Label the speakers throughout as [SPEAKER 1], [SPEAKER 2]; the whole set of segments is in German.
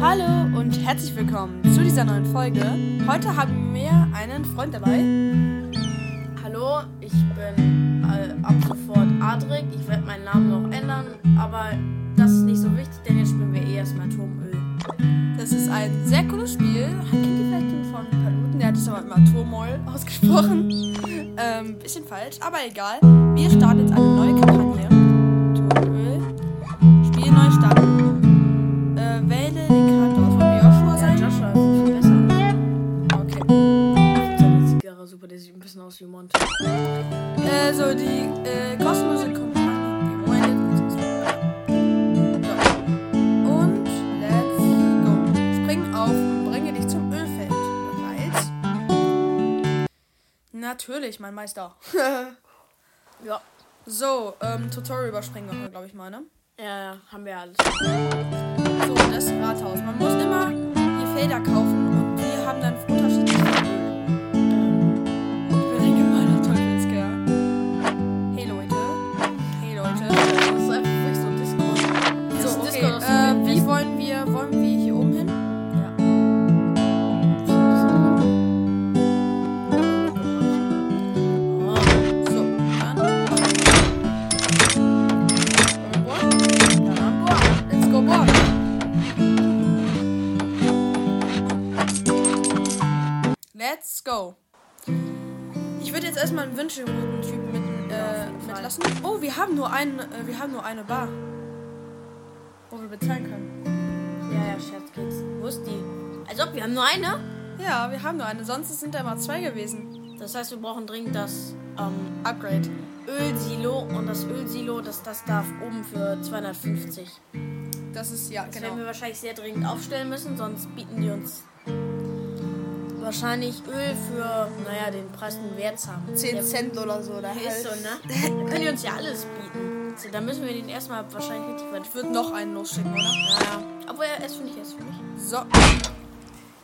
[SPEAKER 1] Hallo und herzlich willkommen zu dieser neuen Folge. Heute haben wir einen Freund dabei.
[SPEAKER 2] Hallo, ich bin äh, ab sofort Adrik. Ich werde meinen Namen noch ändern, aber das ist nicht so wichtig, denn jetzt spielen wir eh erstmal Turmöl.
[SPEAKER 1] Das ist ein sehr cooles Spiel. Kennt ihr vielleicht den von Paluten? Der hat es aber immer Turmol ausgesprochen. Ähm, bisschen falsch, aber egal. Wir starten jetzt eine neue Kampagne. Turmöl. Spiel neu starten. Äh, wähle den Charakter. Was wollen wir Joshua
[SPEAKER 2] Ja,
[SPEAKER 1] sein?
[SPEAKER 2] Joshua ist viel besser.
[SPEAKER 1] Okay.
[SPEAKER 2] Ich finde seine Zigarre super, der sieht ein bisschen aus wie Monte.
[SPEAKER 1] Äh, so, die äh, kostenlose Kampagne. Die Moment, jetzt ist es vorbei. So. Und let's go. Spring auf und bringe dich zum Ölfeld. Bereit? Natürlich, mein Meister.
[SPEAKER 2] Ja.
[SPEAKER 1] So, ähm, Tutorial überspringen wir, glaube ich mal, ne?
[SPEAKER 2] Ja, ja, äh, haben wir alles.
[SPEAKER 1] So, das Rathaus. Man muss immer die Felder kaufen und die haben dann unterschiedliche Öl. Ich bin ein gemeiner Teufelskerl. Hey Leute. Hey Leute.
[SPEAKER 2] Das ist einfach wirklich so Discord. Das
[SPEAKER 1] So,
[SPEAKER 2] ist
[SPEAKER 1] okay.
[SPEAKER 2] Discord
[SPEAKER 1] Äh,
[SPEAKER 2] aus dem
[SPEAKER 1] wie
[SPEAKER 2] Westen.
[SPEAKER 1] wollen wir, wollen wir hier oben hin? So, dann. Board.
[SPEAKER 2] äh, Oh,
[SPEAKER 1] Dann an Bord. Let's go Board. Let's go. Ich würde jetzt erstmal einen Wünschelruten-Typen mit, äh, mitlassen. Oh, wir haben nur einen, äh, wir haben nur eine Bar. Wo wir bezahlen können.
[SPEAKER 2] Ja, ja, Scherz geht's. Wo ist die? Als ob wir haben nur eine.
[SPEAKER 1] Ja, wir haben nur eine. Sonst sind da immer zwei gewesen.
[SPEAKER 2] Das heißt, wir brauchen dringend das ähm,
[SPEAKER 1] Upgrade.
[SPEAKER 2] Ölsilo und das Ölsilo, das, das darf oben für 250.
[SPEAKER 1] Das ist, ja,
[SPEAKER 2] Das
[SPEAKER 1] genau.
[SPEAKER 2] werden wir wahrscheinlich sehr dringend aufstellen müssen, sonst bieten die uns wahrscheinlich Öl für, naja, den Preis, den wir jetzt haben.
[SPEAKER 1] 10
[SPEAKER 2] Der
[SPEAKER 1] Cent oder so. Da
[SPEAKER 2] Ist so, ne? Da können die uns ja alles bieten. Also, da müssen wir den erstmal wahrscheinlich richtig weit
[SPEAKER 1] Ich würde noch einen losschicken, oder?
[SPEAKER 2] Naja, obwohl er ist für mich, er ist für mich.
[SPEAKER 1] So.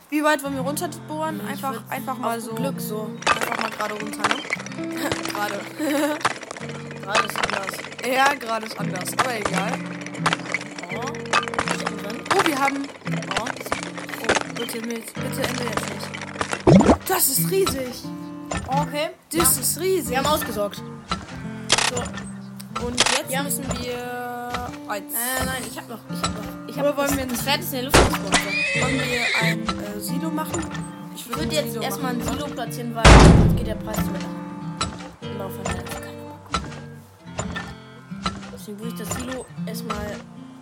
[SPEAKER 1] Wie weit wollen wir runter bohren? Einfach, einfach mal
[SPEAKER 2] Auf
[SPEAKER 1] so.
[SPEAKER 2] Glück so.
[SPEAKER 1] Einfach mal gerade runter, ne? gerade.
[SPEAKER 2] Gerade ist anders.
[SPEAKER 1] Ja, gerade ist anders. Aber egal.
[SPEAKER 2] Oh, ist er drin?
[SPEAKER 1] Oh, wir haben.
[SPEAKER 2] Oh,
[SPEAKER 1] Oh, bitte Milch. Bitte Ende jetzt nicht. Das ist riesig.
[SPEAKER 2] okay.
[SPEAKER 1] Das ist riesig.
[SPEAKER 2] Wir haben ausgesorgt. So.
[SPEAKER 1] Und jetzt
[SPEAKER 2] Ja.
[SPEAKER 1] müssen wir. Eins.
[SPEAKER 2] Äh, nein, ich hab noch, ich hab noch. Ich hab
[SPEAKER 1] Oder wollen wir
[SPEAKER 2] das
[SPEAKER 1] ein-
[SPEAKER 2] Pferd ist in der Luft gesprungen.
[SPEAKER 1] wollen wir ein äh, Silo machen? Ich
[SPEAKER 2] Ich würde
[SPEAKER 1] ein
[SPEAKER 2] jetzt
[SPEAKER 1] Silo
[SPEAKER 2] erstmal ein
[SPEAKER 1] machen.
[SPEAKER 2] Silo platzieren, weil sonst geht der Preis zu weit nach Genau, im Laufe der Zeit. Deswegen würde ich das Silo erstmal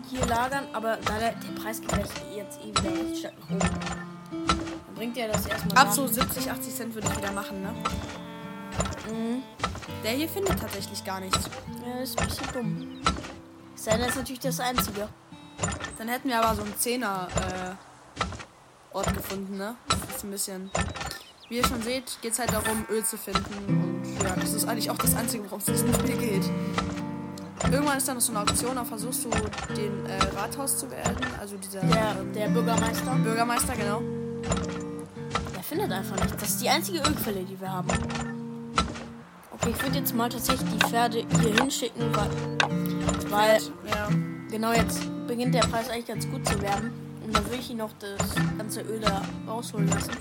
[SPEAKER 2] hier lagern, aber da der, der Preis geht gleich jetzt eh wieder richtig stark nach oben. Dann bringt ihr das erstmal
[SPEAKER 1] Ab
[SPEAKER 2] nach.
[SPEAKER 1] so 70, 80 Cent würde ich wieder machen, ne?
[SPEAKER 2] Mhm.
[SPEAKER 1] Der hier findet tatsächlich gar nichts.
[SPEAKER 2] Ja, das ist ein bisschen dumm. Sein ist natürlich das Einzige.
[SPEAKER 1] Dann hätten wir aber so einen Zehner äh, Ort gefunden, ne? Das ist ein bisschen. Wie ihr schon seht, geht es halt darum, Öl zu finden. Und ja, das ist eigentlich auch das Einzige, worum es in diesem Spiel geht. Irgendwann ist dann noch so eine Auktion, da versuchst du den äh, Rathaus zu werden, also dieser
[SPEAKER 2] Der,
[SPEAKER 1] ähm,
[SPEAKER 2] der Bürgermeister,
[SPEAKER 1] Bürgermeister, genau.
[SPEAKER 2] der findet einfach nichts. Das ist die einzige Ölquelle, die wir haben. Okay, ich würde jetzt mal tatsächlich die Pferde hier hinschicken, weil, weil
[SPEAKER 1] Ja.
[SPEAKER 2] Genau, jetzt beginnt der Preis eigentlich ganz gut zu werden. Und dann will ich ihn noch das ganze Öl da rausholen lassen.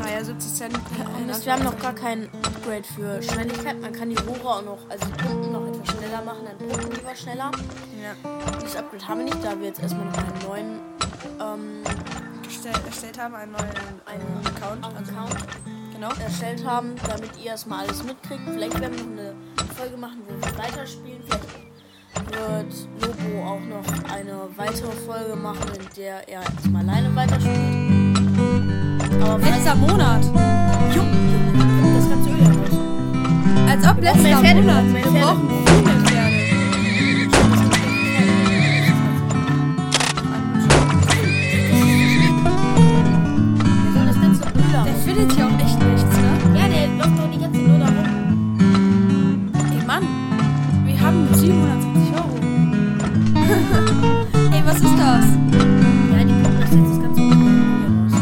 [SPEAKER 1] Naja, 70 Cent. äh,
[SPEAKER 2] Und das, wir haben noch gar kein Upgrade für Schnelligkeit. Man kann die Rohre auch noch, also die Pumpen noch etwas schneller machen, dann pumpen die was schneller.
[SPEAKER 1] Ja.
[SPEAKER 2] Dieses Upgrade haben wir nicht, da wir jetzt erstmal noch einen neuen ähm,
[SPEAKER 1] Gestell, erstellt haben einen neuen einen Account. Also,
[SPEAKER 2] Account
[SPEAKER 1] genau.
[SPEAKER 2] erstellt haben, damit ihr erstmal alles mitkriegt. Vielleicht werden wir noch eine Folge machen, wo wir weiterspielen. Vielleicht wird Lobo auch noch eine weitere Folge machen, in der er erstmal alleine weiterspielt. Aber falls
[SPEAKER 1] Letzter Monat.
[SPEAKER 2] das ganze Öl heraus.
[SPEAKER 1] Als ob
[SPEAKER 2] brauchen
[SPEAKER 1] letzter
[SPEAKER 2] mehr Pferde, wir
[SPEAKER 1] Monat.
[SPEAKER 2] brauchen mehr
[SPEAKER 1] Wir
[SPEAKER 2] Pferde.
[SPEAKER 1] brauchen viel mehr Pferde.
[SPEAKER 2] Wir sollen das ganze Öl
[SPEAKER 1] Der
[SPEAKER 2] heraus.
[SPEAKER 1] findet hier auch echt nichts, ne?
[SPEAKER 2] Ja, der läuft doch die ganze Zeit nur da rum.
[SPEAKER 1] Ey Mann, wir haben 770 Euro. Ey, was ist das?
[SPEAKER 2] Ja, die pumpen das jetzt das ganze Öl hier raus.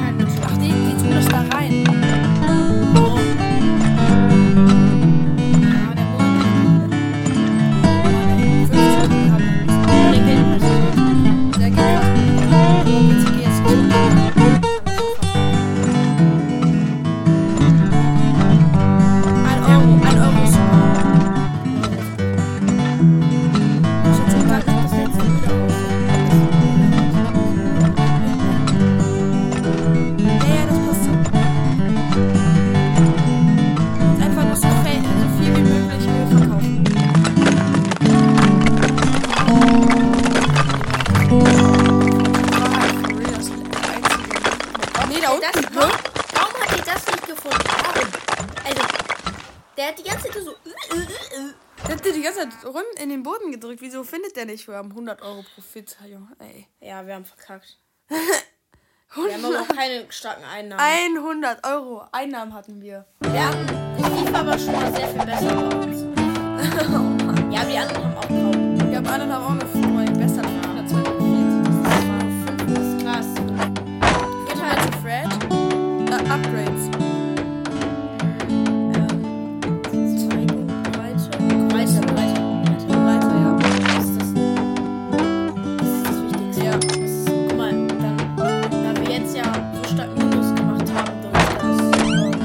[SPEAKER 2] Kein Mensch. Ah,
[SPEAKER 1] Ach, die, die tun das da rein.
[SPEAKER 2] Ja, der Monat ne? Also, der hat die ganze Zeit so. äh,
[SPEAKER 1] Der hat dir die ganze Zeit rum in den Boden gedrückt. Wieso findet der nicht? Wir haben 100 Euro Profit, Junge. Ey.
[SPEAKER 2] Ja, wir haben verkackt. Wir haben aber auch keine starken Einnahmen.
[SPEAKER 1] 100 Euro Einnahmen hatten wir.
[SPEAKER 2] Wir haben die FIFA aber schon mal sehr viel besser gemacht. Ja, aber die anderen haben auch drauf.
[SPEAKER 1] Wir haben alle haben auch noch mein bester Freund. 142.
[SPEAKER 2] Das ist krass.
[SPEAKER 1] Geht halt zu Fred. Äh, Upgrades.
[SPEAKER 2] Ähm, zwei Breite. Breite, Breite, Breite.
[SPEAKER 1] Weiter, ja.
[SPEAKER 2] Das ist das, das, ist das Wichtigste.
[SPEAKER 1] Ja.
[SPEAKER 2] Das ist, guck mal, dann, da wir jetzt ja so stark Minus gemacht haben durch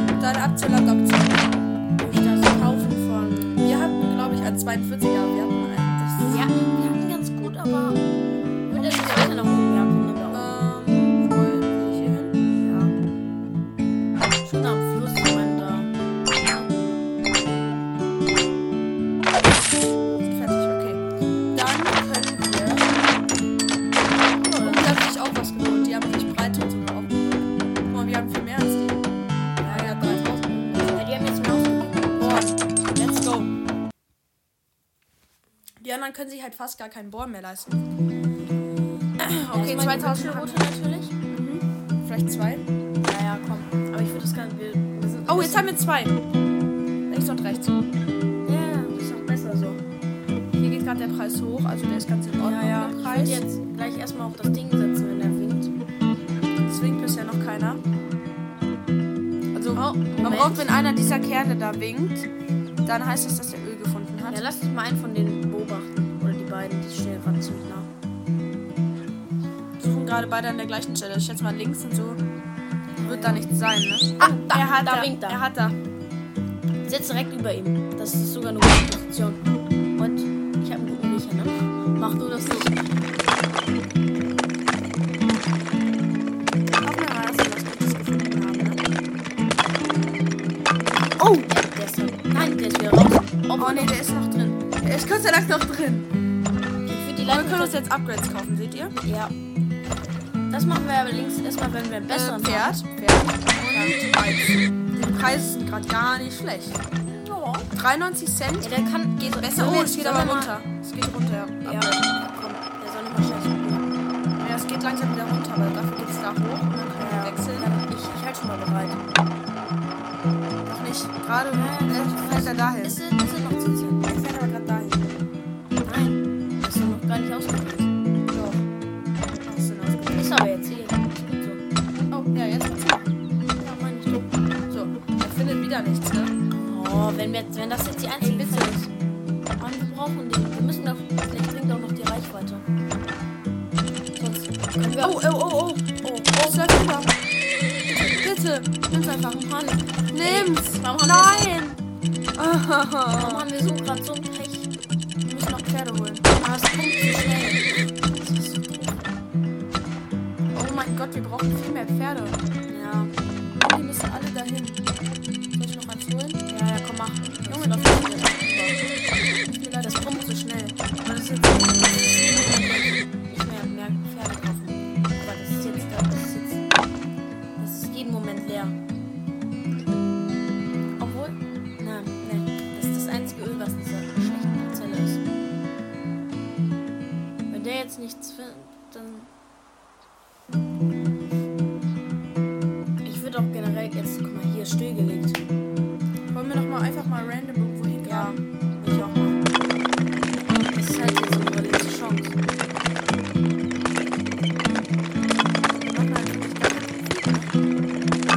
[SPEAKER 2] das,
[SPEAKER 1] Dann Abzähleradaption.
[SPEAKER 2] durch das Kaufen von.
[SPEAKER 1] Wir hatten, glaube ich, ein 42er. Wir hatten ein.
[SPEAKER 2] Ja, wir hatten ganz gut, aber. Wird das jetzt weiter nach oben? Ja, kommt dann da
[SPEAKER 1] Das, ähm, wo will ich hier hin?
[SPEAKER 2] oben. Ja. Schon am Fluss, ich meine da.
[SPEAKER 1] Fertig, okay. Dann können wir. Oh, die haben sich auch was geholt. Die haben sich Breite und so auch geholt. Guck mal, wir haben viel mehr als die. Ja, ja, 3000.
[SPEAKER 2] Ja, die haben jetzt mehr ausgegeben.
[SPEAKER 1] Boah, let's go. Die anderen können sich halt fast gar keinen Bohr mehr leisten. Also Okay,
[SPEAKER 2] Erstmal die
[SPEAKER 1] 2000
[SPEAKER 2] Rote natürlich.
[SPEAKER 1] Vielleicht zwei.
[SPEAKER 2] Ja, ja, komm. Aber ich würde das gerne. Wir, wir sind
[SPEAKER 1] Oh, jetzt haben wir zwei. Links und rechts.
[SPEAKER 2] Ja, das ist auch besser so.
[SPEAKER 1] Hier geht gerade der Preis hoch, also der ist ganz in Ordnung.
[SPEAKER 2] Ja, ja.
[SPEAKER 1] Der
[SPEAKER 2] ne? Ich
[SPEAKER 1] Preis.
[SPEAKER 2] würde jetzt gleich erstmal auf das Ding setzen, wenn er winkt.
[SPEAKER 1] Zwingt bisher noch keiner. Also, man
[SPEAKER 2] Moment.
[SPEAKER 1] braucht, wenn einer dieser Kerne da winkt, dann heißt das, dass er Öl gefunden hat.
[SPEAKER 2] Ja, lass uns mal einen von denen beobachten. Oder die beiden, die ne? stehen gerade zu nah.
[SPEAKER 1] suchen gerade beide an der gleichen Stelle. Ich schätze mal links und so. Wird da nichts sein, ne?
[SPEAKER 2] Ah, da,
[SPEAKER 1] er hat
[SPEAKER 2] da
[SPEAKER 1] da.
[SPEAKER 2] winkt er.
[SPEAKER 1] Er hat da.
[SPEAKER 2] Sitz direkt über ihm. Das ist sogar eine gute Position. Und ich habe einen guten Riecher, ne? Mach du das nicht.
[SPEAKER 1] Hoffen wir mal, dass wir was Gutes gefunden haben, ne?
[SPEAKER 2] Oh! Der, der ist drin. Nein, der ist wieder raus.
[SPEAKER 1] Oh ne, der ist noch drin. Der ist Gott sei Dank noch drin.
[SPEAKER 2] Für die
[SPEAKER 1] Aber wir
[SPEAKER 2] Leitung.
[SPEAKER 1] können uns jetzt Upgrades kaufen, seht ihr?
[SPEAKER 2] Ja. Das machen wir aber links erstmal, wenn wir einen besseren haben.
[SPEAKER 1] Ähm, Pferd. Pferd. Und Eis. Die Preise sind gerade gar nicht schlecht.
[SPEAKER 2] Ja.
[SPEAKER 1] 93 Cent.
[SPEAKER 2] Ja, der kann.
[SPEAKER 1] Geht besser.
[SPEAKER 2] Sollen wir
[SPEAKER 1] Oh, es
[SPEAKER 2] jetzt-
[SPEAKER 1] geht
[SPEAKER 2] sollen
[SPEAKER 1] aber
[SPEAKER 2] wir mal-
[SPEAKER 1] runter. Es geht runter, ja.
[SPEAKER 2] Ja, komm. Der soll nochmal schnell spielen.
[SPEAKER 1] Ja, es geht langsam wieder runter, weil dafür geht es da hoch und dann können wir
[SPEAKER 2] Ja,
[SPEAKER 1] wechseln.
[SPEAKER 2] ja, Ich, ich halt schon mal bereit.
[SPEAKER 1] Noch nicht. Gerade
[SPEAKER 2] ja.
[SPEAKER 1] äh, fällt er dahin.
[SPEAKER 2] Ist er, ist er noch zu ziehen?
[SPEAKER 1] Er fällt aber gerade dahin.
[SPEAKER 2] Nein. Ist er noch gar nicht ausgewählt.
[SPEAKER 1] Doch. Hast du ihn ausgewählt?
[SPEAKER 2] Ist aber jetzt eh. So.
[SPEAKER 1] Oh, ja, jetzt wird's
[SPEAKER 2] Ja, meine ich doch.
[SPEAKER 1] gut. So, er findet wieder nichts, ne?
[SPEAKER 2] Oh, wenn, wir, wenn das jetzt die einzige Bitte ist. Mann, wir brauchen den. Wir müssen doch. Vielleicht bringt auch noch die Reichweite. Sonst können wir.
[SPEAKER 1] Oh, oh, oh, oh. Oh, oh, es läuft über. Bitte, nimm's einfach.
[SPEAKER 2] Mann.
[SPEAKER 1] Nimm's.
[SPEAKER 2] Warum haben
[SPEAKER 1] Nein.
[SPEAKER 2] Warum haben wir so gerade so ein Pech?
[SPEAKER 1] Wir müssen noch Pferde holen.
[SPEAKER 2] Ah, es kommt zu schnell. Das ist so doof.
[SPEAKER 1] Oh mein Gott, wir brauchen viel mehr Pferde.
[SPEAKER 2] Ja.
[SPEAKER 1] Oh, die müssen alle dahin. Soll ich noch eins holen?
[SPEAKER 2] Ja, ja, komm, mach.
[SPEAKER 1] Junge,
[SPEAKER 2] Junge,
[SPEAKER 1] das
[SPEAKER 2] das
[SPEAKER 1] ist
[SPEAKER 2] ist
[SPEAKER 1] Tut mir leid, das kommt so schnell.
[SPEAKER 2] Das ist jetzt. Nicht mehr, mehr Pferde kaufen. Aber das ist jetzt. Das ist jetzt. Das ist jeden Moment leer. Obwohl. Nein, nein. ne, Das ist das einzige Öl, was in dieser schlechten Parzelle ist. Wenn der jetzt nichts findet, dann. Ich würde auch generell jetzt. Guck mal, hier stillgelegt.
[SPEAKER 1] Wollen wir noch mal einfach mal random irgendwo
[SPEAKER 2] Ja,
[SPEAKER 1] hingraben?
[SPEAKER 2] ich auch mal. Das ist halt jetzt unsere letzte Chance.
[SPEAKER 1] Wir machen halt wirklich gar keinen Krieg,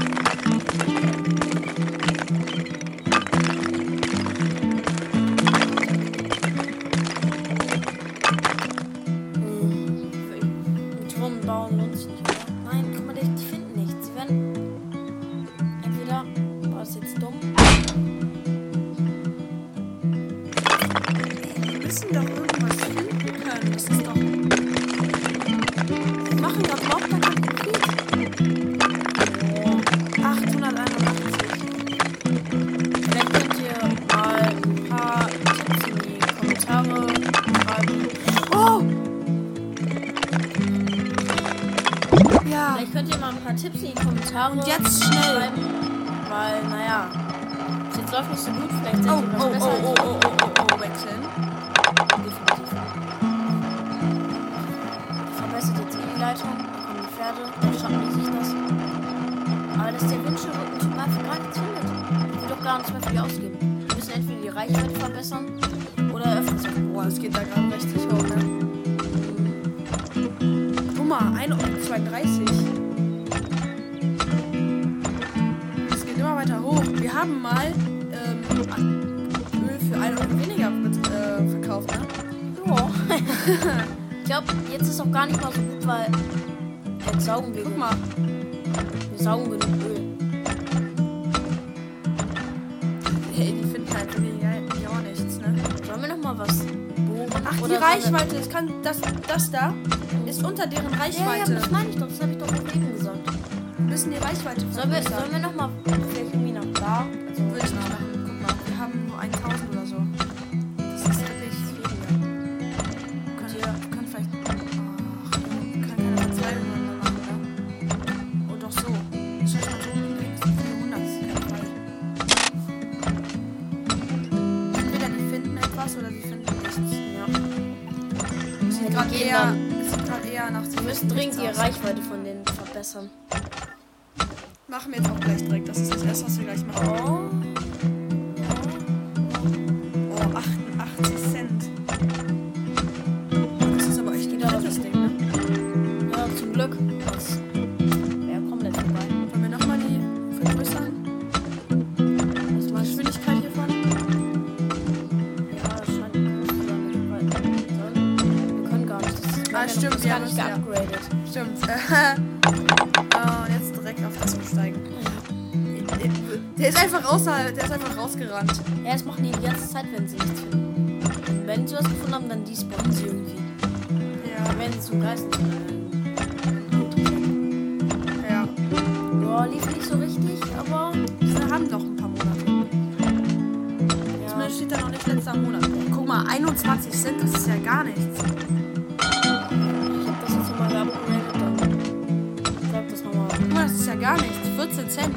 [SPEAKER 2] Mit Turm bauen lohnt sich nicht. Oder? Nein, guck mal, die, die finden nichts. Sie werden entweder war es jetzt dumm.
[SPEAKER 1] ne? Wir müssen doch irgendwas finden können. Das ist doch. Wir machen doch überhaupt gar keinen Krieg. Oh, 881.
[SPEAKER 2] Vielleicht könnt ihr mal ein paar Tipps in die Kommentare schreiben.
[SPEAKER 1] Oh! Ja.
[SPEAKER 2] Vielleicht könnt ihr mal ein paar Tipps in die Kommentare
[SPEAKER 1] Jetzt schnell.
[SPEAKER 2] schreiben. Weil, naja, ist es läuft nicht so gut, vielleicht seht
[SPEAKER 1] Oh,
[SPEAKER 2] ihr was
[SPEAKER 1] oh,
[SPEAKER 2] besser.
[SPEAKER 1] oh, oh, oh, oh, oh, oh, wechseln.
[SPEAKER 2] Definitiv. Verbessert jetzt eh die Leitung, dann kommen die Pferde, dann schaffen die sich das. Aber dass der Windschirm total verkrankt zündet, wird doch gar nicht mehr viel ausgeben. Wir müssen entweder die Reichweite verbessern oder öffnen es.
[SPEAKER 1] Boah, es geht da gerade richtig hoch, ne? Guck mal, 1 Euro 32. Es geht immer weiter hoch. Wir haben mal ähm, Öl für 1 Euro weniger mit, äh, verkauft, ne?
[SPEAKER 2] Ja. ich glaube, jetzt ist auch gar nicht mal so gut, weil jetzt saugen wir,
[SPEAKER 1] Guck mal,
[SPEAKER 2] wir saugen genug Öl.
[SPEAKER 1] hey, die finden halt weniger ja auch nichts, ne?
[SPEAKER 2] Sollen wir noch mal was bohren?
[SPEAKER 1] Ach, die
[SPEAKER 2] Oder sollen wir-
[SPEAKER 1] Reichweite, das, kann, das, das da ist unter deren
[SPEAKER 2] Ja, ja,
[SPEAKER 1] Reichweite.
[SPEAKER 2] das meine ich doch, das habe ich doch auch eben gesagt.
[SPEAKER 1] Wir müssen die Reichweite
[SPEAKER 2] Sollen wir,
[SPEAKER 1] vergrößern.
[SPEAKER 2] sollen wir noch mal vielleicht irgendwie nach da? Also,
[SPEAKER 1] Würde ich nicht machen. Guck mal, wir haben nur 1000 oder so. Das ist wirklich weniger. Könnt ihr, könnt vielleicht. Ach, wir können keine Verzeihung miteinander machen, ne? Oh, doch so. Schau mal so, links 400 ist kein Fall. Entweder die finden etwas oder die finden nichts.
[SPEAKER 2] Ja.
[SPEAKER 1] Es sieht
[SPEAKER 2] die
[SPEAKER 1] gerade
[SPEAKER 2] gehen
[SPEAKER 1] eher,
[SPEAKER 2] dann.
[SPEAKER 1] es sieht grad eher nach
[SPEAKER 2] Wir müssen dringend die
[SPEAKER 1] nichts aus.
[SPEAKER 2] Reichweite von denen verbessern.
[SPEAKER 1] Machen wir jetzt auch gleich direkt. Das ist das erste, was wir gleich machen.
[SPEAKER 2] Oh.
[SPEAKER 1] Oh, 88 Cent. Das ist aber echt ein drittes Ding, ne?
[SPEAKER 2] Ja, zum Glück. Das wäre komplett vorbei.
[SPEAKER 1] Wollen wir nochmal die vergrößern?
[SPEAKER 2] Das
[SPEAKER 1] Die Geschwindigkeit hiervon? Ah,
[SPEAKER 2] Ja, das scheint groß zu sein, weil wir können gar nicht. Das ist
[SPEAKER 1] Ah, stimmt,
[SPEAKER 2] das
[SPEAKER 1] wir
[SPEAKER 2] gar
[SPEAKER 1] haben
[SPEAKER 2] nicht
[SPEAKER 1] es, ja.
[SPEAKER 2] geupgradet.
[SPEAKER 1] Stimmt. oh, und jetzt direkt auf das umsteigen. Der ist einfach außerhalb, der ist einfach rausgerannt.
[SPEAKER 2] Ja, das machen die die ganze Zeit, wenn sie nichts finden. Und wenn sie was gefunden haben, dann despawnen sie irgendwie.
[SPEAKER 1] Ja,
[SPEAKER 2] Dann werden sie zum Geist.
[SPEAKER 1] ja.
[SPEAKER 2] Ja, lief nicht so richtig, aber.
[SPEAKER 1] Wir haben noch ein paar Monate.
[SPEAKER 2] Ja.
[SPEAKER 1] Zumindest steht da noch nicht letzter Monat. Guck mal, 21 Cent, das ist ja gar nichts.
[SPEAKER 2] Ich hab das jetzt nochmal geupgradet, dann sag das nochmal.
[SPEAKER 1] Guck mal, das ist ja gar nichts. 14 Cent.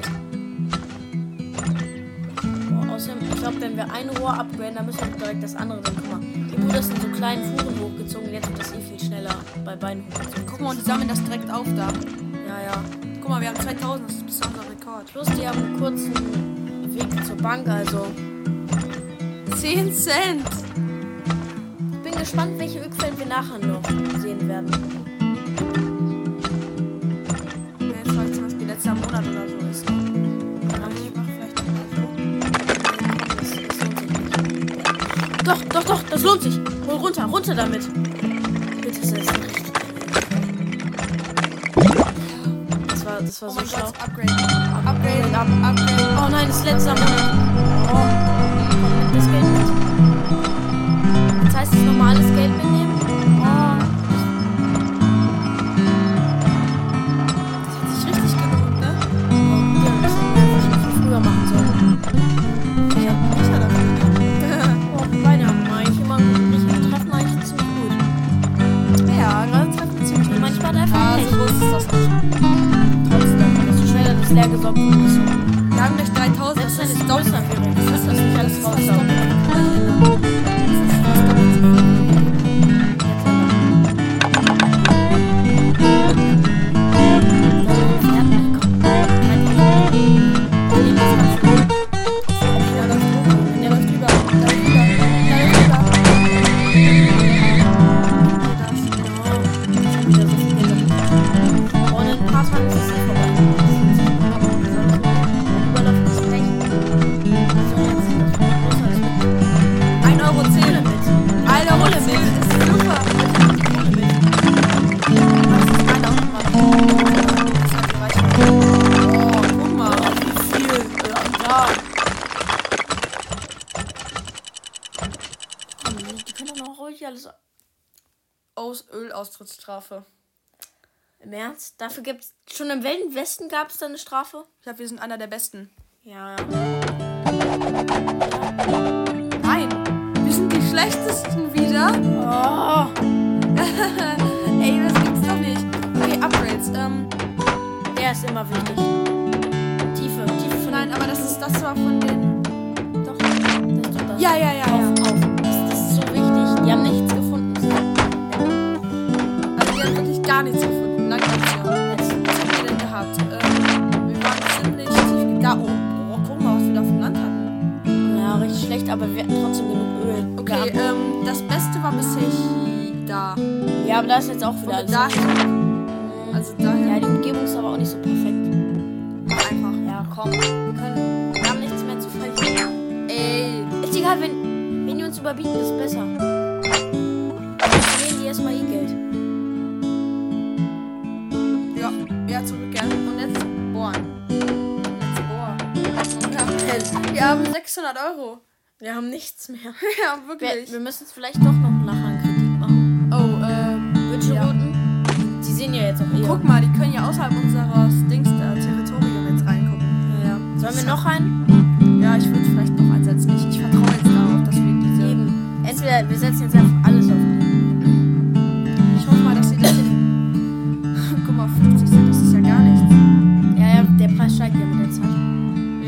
[SPEAKER 2] Boah, Außerdem, ich glaube, wenn wir ein Rohr upgraden, dann müssen wir auch direkt das andere dann guck mal. Die Brüder sind so kleinen Fuhren hochgezogen, jetzt wird das eh viel schneller bei beiden hochgezogen.
[SPEAKER 1] Guck mal, und die sammeln das direkt auf da.
[SPEAKER 2] Ja, ja.
[SPEAKER 1] Guck mal, wir haben 2000, das ist bisher unser Rekord.
[SPEAKER 2] Plus, die haben einen kurzen Weg zur Bank, also.
[SPEAKER 1] 10 Cent!
[SPEAKER 2] Ich bin gespannt, welche Ölquellen wir nachher noch sehen werden.
[SPEAKER 1] Wenn jetzt vielleicht zum Beispiel letzter Monat oder so ist. Aber ich mach vielleicht noch mal
[SPEAKER 2] Das, das lohnt sich nicht. Doch, doch, doch, das lohnt sich. Hol runter, runter damit. Bitte, das ist richtig. Das war, das
[SPEAKER 1] so.
[SPEAKER 2] war
[SPEAKER 1] Oh
[SPEAKER 2] so
[SPEAKER 1] mein
[SPEAKER 2] schlau.
[SPEAKER 1] Gott, Upgrade. Upgrade, up, Upgrade.
[SPEAKER 2] Oh nein, das ist letzter Monat. Oh, kommt das Geld mit. Das heißt, das normales Geld mitnehmen. Oh,
[SPEAKER 1] Das hat sich richtig gelohnt, ne?
[SPEAKER 2] ja, das hätten wir viel früher machen sollen.
[SPEAKER 1] Ich hab mich ja dafür
[SPEAKER 2] Oh, Weihnachten war eigentlich immer gut. Ich bin treffen eigentlich ziemlich gut.
[SPEAKER 1] gedacht. Ja, gerade treffen wir ziemlich
[SPEAKER 2] Und manchmal darf man
[SPEAKER 1] Ah,
[SPEAKER 2] nicht.
[SPEAKER 1] so groß ist das nicht.
[SPEAKER 2] Trotzdem, desto schneller das leer gesaugt wird.
[SPEAKER 1] Wir haben gleich 3000, das
[SPEAKER 2] Selbst wenn
[SPEAKER 1] ist
[SPEAKER 2] es
[SPEAKER 1] doppelt.
[SPEAKER 2] größer wäre, das ist das nicht alles
[SPEAKER 1] Das ist
[SPEAKER 2] raussaugen.
[SPEAKER 1] doppelt. Das ist doppelt. Ja, läuft drüber. Der läuft drüber. Da läuft drüber. Da läuft drüber. Da ist drüber. Ein Euro zähle mit. Ein Euro zähle mit. Das ist super. Das ist mein Automat. Das hat gereicht. Oh, guck mal. Wie viel. Ja, da. Aus Ölaustrittsstrafe.
[SPEAKER 2] Im Ernst? Dafür gibt's schon im Wilden Westen gab es da eine Strafe?
[SPEAKER 1] Ich glaube, wir sind einer der Besten.
[SPEAKER 2] Ja.
[SPEAKER 1] Nein. Wir sind die Schlechtesten wieder.
[SPEAKER 2] Oh.
[SPEAKER 1] Ey, das gibt's doch nicht. Okay, Upgrades. Ähm,
[SPEAKER 2] Der ist immer wichtig. Tiefe, Tiefe von
[SPEAKER 1] nein, aber das ist das war von den. Also gar nichts gefunden. Na, ganz ja. Was haben wir denn gehabt? Ähm, wir waren ziemlich tief da. Oh, oh, guck mal, was wir da vom Land hatten.
[SPEAKER 2] Ja, richtig schlecht, aber wir hatten trotzdem genug Öl.
[SPEAKER 1] Okay, ähm, das Beste war bisher hier- da.
[SPEAKER 2] Ja, aber da ist jetzt auch wieder
[SPEAKER 1] Und
[SPEAKER 2] alles.
[SPEAKER 1] daher,
[SPEAKER 2] Mhm.
[SPEAKER 1] also
[SPEAKER 2] ja,
[SPEAKER 1] daher
[SPEAKER 2] die Umgebung ist aber auch nicht so perfekt.
[SPEAKER 1] einfach.
[SPEAKER 2] Ja, komm. Wir können. Wir haben nichts mehr zu verlieren.
[SPEAKER 1] Ey,
[SPEAKER 2] Ist egal, wenn, wenn die uns überbieten, ist besser. Dann nehmen die erstmal ihr Geld.
[SPEAKER 1] ja, ja, zurück gerne. Und jetzt bohren. Jetzt bohren. Und haben- Wir haben 600 Euro.
[SPEAKER 2] Wir haben nichts mehr.
[SPEAKER 1] Ja,
[SPEAKER 2] Wir,
[SPEAKER 1] wirklich.
[SPEAKER 2] wir müssen es vielleicht doch noch nachher einen Kredit machen.
[SPEAKER 1] Oh, ähm,
[SPEAKER 2] Wird schon
[SPEAKER 1] Ja.
[SPEAKER 2] guten. Die sehen ja jetzt auch eher.
[SPEAKER 1] guck mal, die können ja außerhalb unseres Dings da Territorium jetzt reingucken. Ja, ja.
[SPEAKER 2] Sollen wir noch einen?
[SPEAKER 1] Ja, ich würde vielleicht noch einsetzen. Ich, ich vertraue jetzt darauf, dass wir diese.
[SPEAKER 2] Eben. Entweder wir setzen jetzt einfach alles auf die.
[SPEAKER 1] Ich hoffe mal, dass sie das hin. Guck mal, 50 Cent, das ist ja gar nichts.
[SPEAKER 2] Ja, ja, der Preis steigt ja mit der Zeit.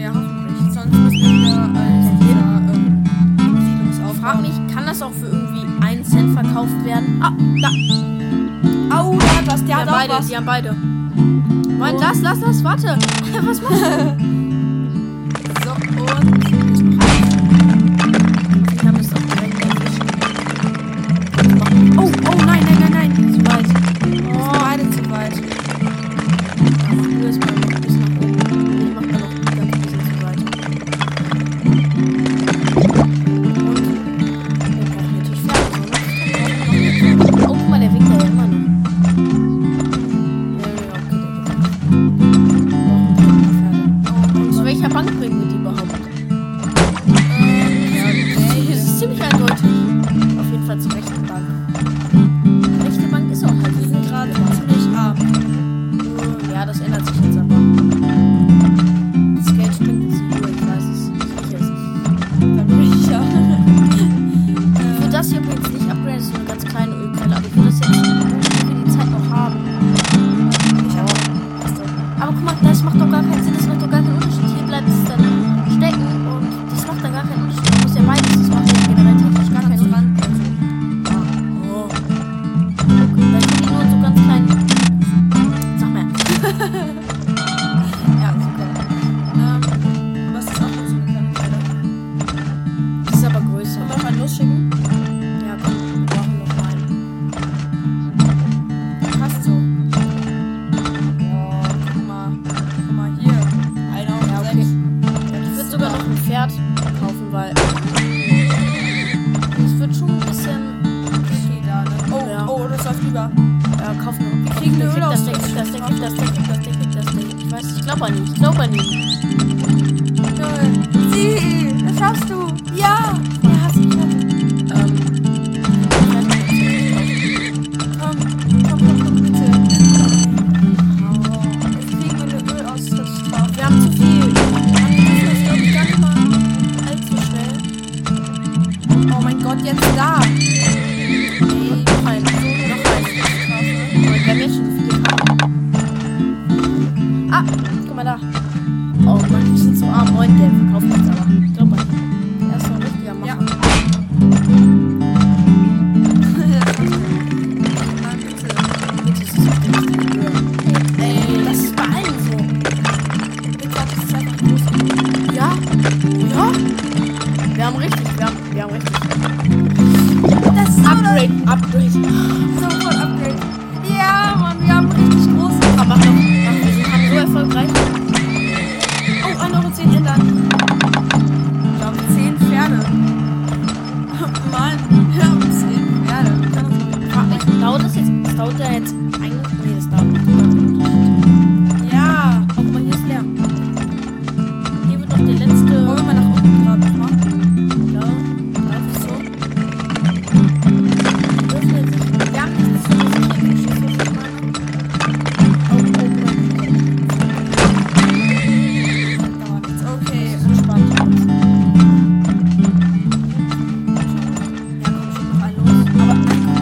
[SPEAKER 1] Ja, hoffentlich. Sonst müssen wir wieder als dieser ähm,
[SPEAKER 2] Frag
[SPEAKER 1] Siedlungsaufbau.
[SPEAKER 2] mich, kann das auch für irgendwie einen Cent verkauft werden? Ah, da.
[SPEAKER 1] Au, der hat was, der
[SPEAKER 2] Ja,
[SPEAKER 1] hat auch
[SPEAKER 2] beide,
[SPEAKER 1] was.
[SPEAKER 2] die haben beide. Mann, lass, lass, lass, warte. Was machst
[SPEAKER 1] So, und.
[SPEAKER 2] du? Ich habe es auch direkt erwischt. Oh, oh, nein, nein, nein, nein. Zu weit.
[SPEAKER 1] Oh, beide zu weit.
[SPEAKER 2] Du bist mal noch bis nach oben. Ich mach mal noch ganz ein bisschen zu weit. Und wir brauchen natürlich Pferde. sonst- Oh, guck mal, der winkt ja immer noch. Ja, ja, okay, der winkt. Wir brauchen Pferde. Und zu welcher Bank bringen wir die überhaupt?
[SPEAKER 1] Ähm,
[SPEAKER 2] Hier ist es ziemlich eindeutig. Auf jeden Fall zur rechten Bank. Rechte Bank ist auch halt die
[SPEAKER 1] ja,
[SPEAKER 2] rechte
[SPEAKER 1] gerade
[SPEAKER 2] Bank.
[SPEAKER 1] ziemlich arm.
[SPEAKER 2] Ja, das ändert sich jetzt aber. Das Geld stimmt jetzt nur, ich weiß es nicht. Jetzt.
[SPEAKER 1] Dann bin ich ja.
[SPEAKER 2] Ich will das hier übrigens nicht upgraden, das ist nur eine ganz kleine Ölquelle, aber ich will das jetzt für die Zeit noch haben.
[SPEAKER 1] Ich auch. Passt doch.
[SPEAKER 2] Aber guck mal, das macht doch gar keinen Sinn, das macht doch gar keinen Unterschied. Hier bleibt es dann stecken und das macht dann gar keinen Unterschied. Man muss ja beides, das macht ja generell technisch gar keinen
[SPEAKER 1] Kannst du
[SPEAKER 2] Unterschied.
[SPEAKER 1] ran.
[SPEAKER 2] Oh. Okay, dann sind die nur so ganz klein. Sag mal. ja, super.
[SPEAKER 1] Ähm, was ist auch noch so eine kleine Freude?
[SPEAKER 2] Das ist aber größer.
[SPEAKER 1] Wollen wir noch einen losschicken?
[SPEAKER 2] Ja, komm, wir brauchen noch einen.
[SPEAKER 1] Passt so. Oh, guck mal. Guck mal hier. Einer auf
[SPEAKER 2] Ja,
[SPEAKER 1] sechs.
[SPEAKER 2] Ich würde sogar noch ein Pferd kaufen, weil es wird schon ein bisschen.
[SPEAKER 1] Okay, da, ne? Oh,
[SPEAKER 2] Ja.
[SPEAKER 1] oh, das läuft rüber.
[SPEAKER 2] Ja, kaufen wir.
[SPEAKER 1] kriegen Oh, eine
[SPEAKER 2] das
[SPEAKER 1] Höhle aus
[SPEAKER 2] Ding,
[SPEAKER 1] dem
[SPEAKER 2] das Ding, das Ding, das Ding, das Ding, das Ding. Ich weiß, ich glaube an ihn, ich glaube an ihn.
[SPEAKER 1] Null. Sie, das schaffst du. Ja. Du hast ihn geschafft.
[SPEAKER 2] Ähm,
[SPEAKER 1] Komm, komm, komm, komm, bitte. Oh, jetzt kriegen wir eine Öl aus dem Staub.
[SPEAKER 2] wir haben zu viel.
[SPEAKER 1] Das glaube ich gar nicht mal allzu schnell. Oh mein Gott, jetzt da. Ey,
[SPEAKER 2] Noch einen, noch einen.
[SPEAKER 1] Strafe.
[SPEAKER 2] Aber wir haben jetzt schon viele Karten. Ah, guck mal da. Oh Mann, wir sind so arm. Und der verkauft uns aber. Ich glaube, er ist so ein richtiger Macher.
[SPEAKER 1] Ja. Mann, bitte.
[SPEAKER 2] Bitte, das ist auf der richtigen Höhe. Ey, das ist bei allen so.
[SPEAKER 1] Ich glaube, das ist einfach groß.
[SPEAKER 2] Ja, ja. Wir haben richtig, wir haben, wir haben richtig.
[SPEAKER 1] Das ist so
[SPEAKER 2] Upgrade, Upgrade.
[SPEAKER 1] voll Upgrade. Ja, Mann, wir haben richtig große.
[SPEAKER 2] Aber mach doch, mach, wir sind haben so erfolgreich.
[SPEAKER 1] Oh, 1,10 Euro ändern. Ich glaube, 10 Pferde. Mann, wir haben 10 Pferde. Wir können uns mit-
[SPEAKER 2] Frag mich, dauert das jetzt, das dauert ja jetzt eigentlich, nee, das dauert nicht.
[SPEAKER 1] Ja.
[SPEAKER 2] Oh, guck mal, hier ist leer. Hier wird noch der letzte...
[SPEAKER 1] Wollen wir mal nach unten graben? guck mal.
[SPEAKER 2] Ja, einfach so. Öffnet sich. Ja, das ist ein bisschen Schüssel, ich meine. Oh, oh, oh,
[SPEAKER 1] Dauert nichts. oh. Okay.
[SPEAKER 2] oh. Entspannt.
[SPEAKER 1] Ja, komm, schick noch einen los.
[SPEAKER 2] Aber, ach, wir haben so große Öffnung.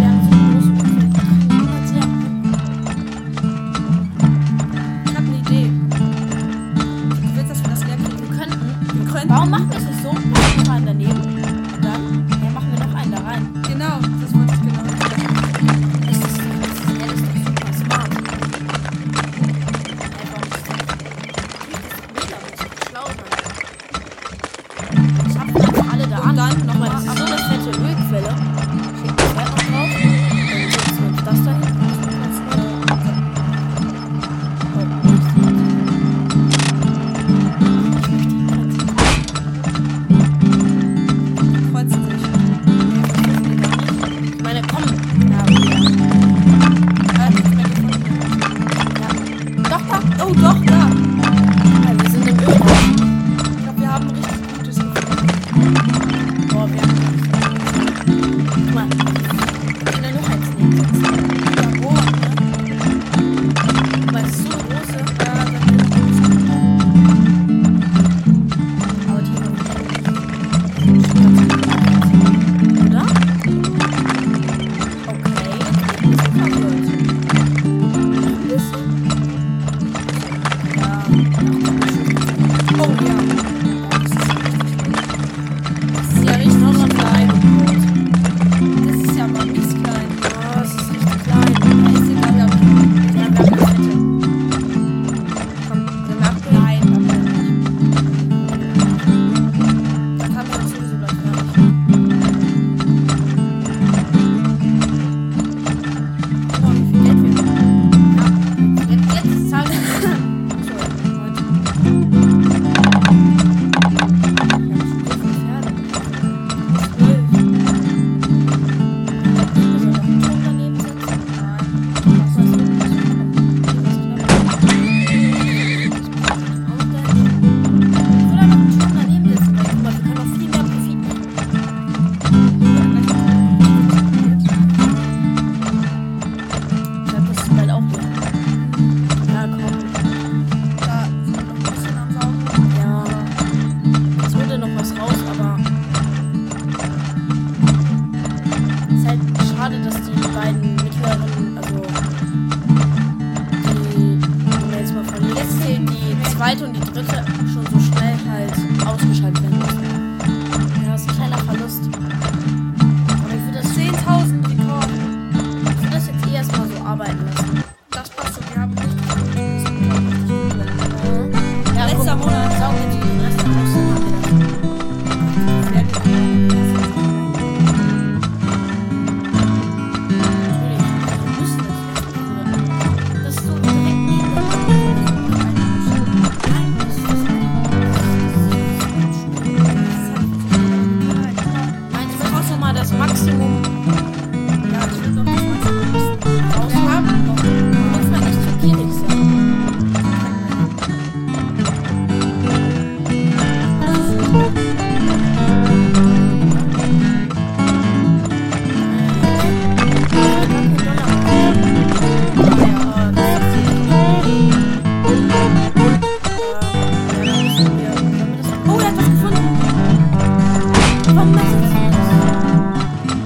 [SPEAKER 2] Ich bin jetzt leer.
[SPEAKER 1] genau, Da sind wir noch ein bisschen
[SPEAKER 2] é
[SPEAKER 1] am Saugen.
[SPEAKER 2] halt Schade, dass die beiden mittleren, also die, die wir jetzt mal von links zählen, die zweite und die dritte schon so schnell halt ausgeschaltet werden müssen. Ja, das ist ein kleiner Verlust. Aber ich würde das, ich
[SPEAKER 1] 10.000 Rekord.
[SPEAKER 2] würde das jetzt eh erstmal so arbeiten lassen.
[SPEAKER 1] Das passt so. Wir haben richtig gut. Wir sind, glaub ich, richtig gut.
[SPEAKER 2] Ja,
[SPEAKER 1] Mhm. Letzter
[SPEAKER 2] guck,
[SPEAKER 1] Monat.
[SPEAKER 2] Saugen wir die Reste raus, dann haben wir das.
[SPEAKER 1] Sehr gut. Ja, ich will noch das Maximum wissen. Wir haben noch.
[SPEAKER 2] Oh, er hat was gefunden. Warum machst du das?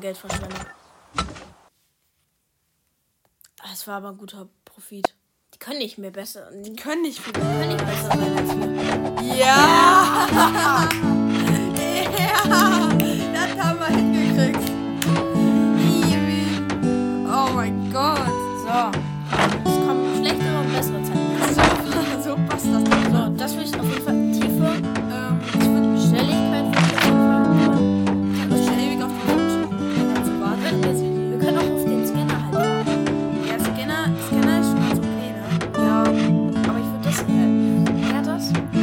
[SPEAKER 2] Geldverschwendung. Ah, Es war aber ein guter Profit. Die können nicht mehr besser. Die
[SPEAKER 1] Können nicht viel.
[SPEAKER 2] können nicht besser sein als wir.
[SPEAKER 1] Ja! ja! Das haben wir hingekriegt. Easy. Oh mein Gott. So.
[SPEAKER 2] Es kommen schlechtere und bessere Zeiten.
[SPEAKER 1] So, so passt das dann.
[SPEAKER 2] So, das will ich auf jeden Fall. Tiefe
[SPEAKER 1] Ähm, ich würde
[SPEAKER 2] Schnelligkeit will ich auf jeden Fall.
[SPEAKER 1] mich schon ewig auf den Wunsch. Ganz warten, dass ich
[SPEAKER 2] Wir können auch auf den Scanner halt. warten.
[SPEAKER 1] Ja, Scanner, Scanner ist schon ganz okay, ne?
[SPEAKER 2] Ja. Aber ich würde das. Äh, wer hat das?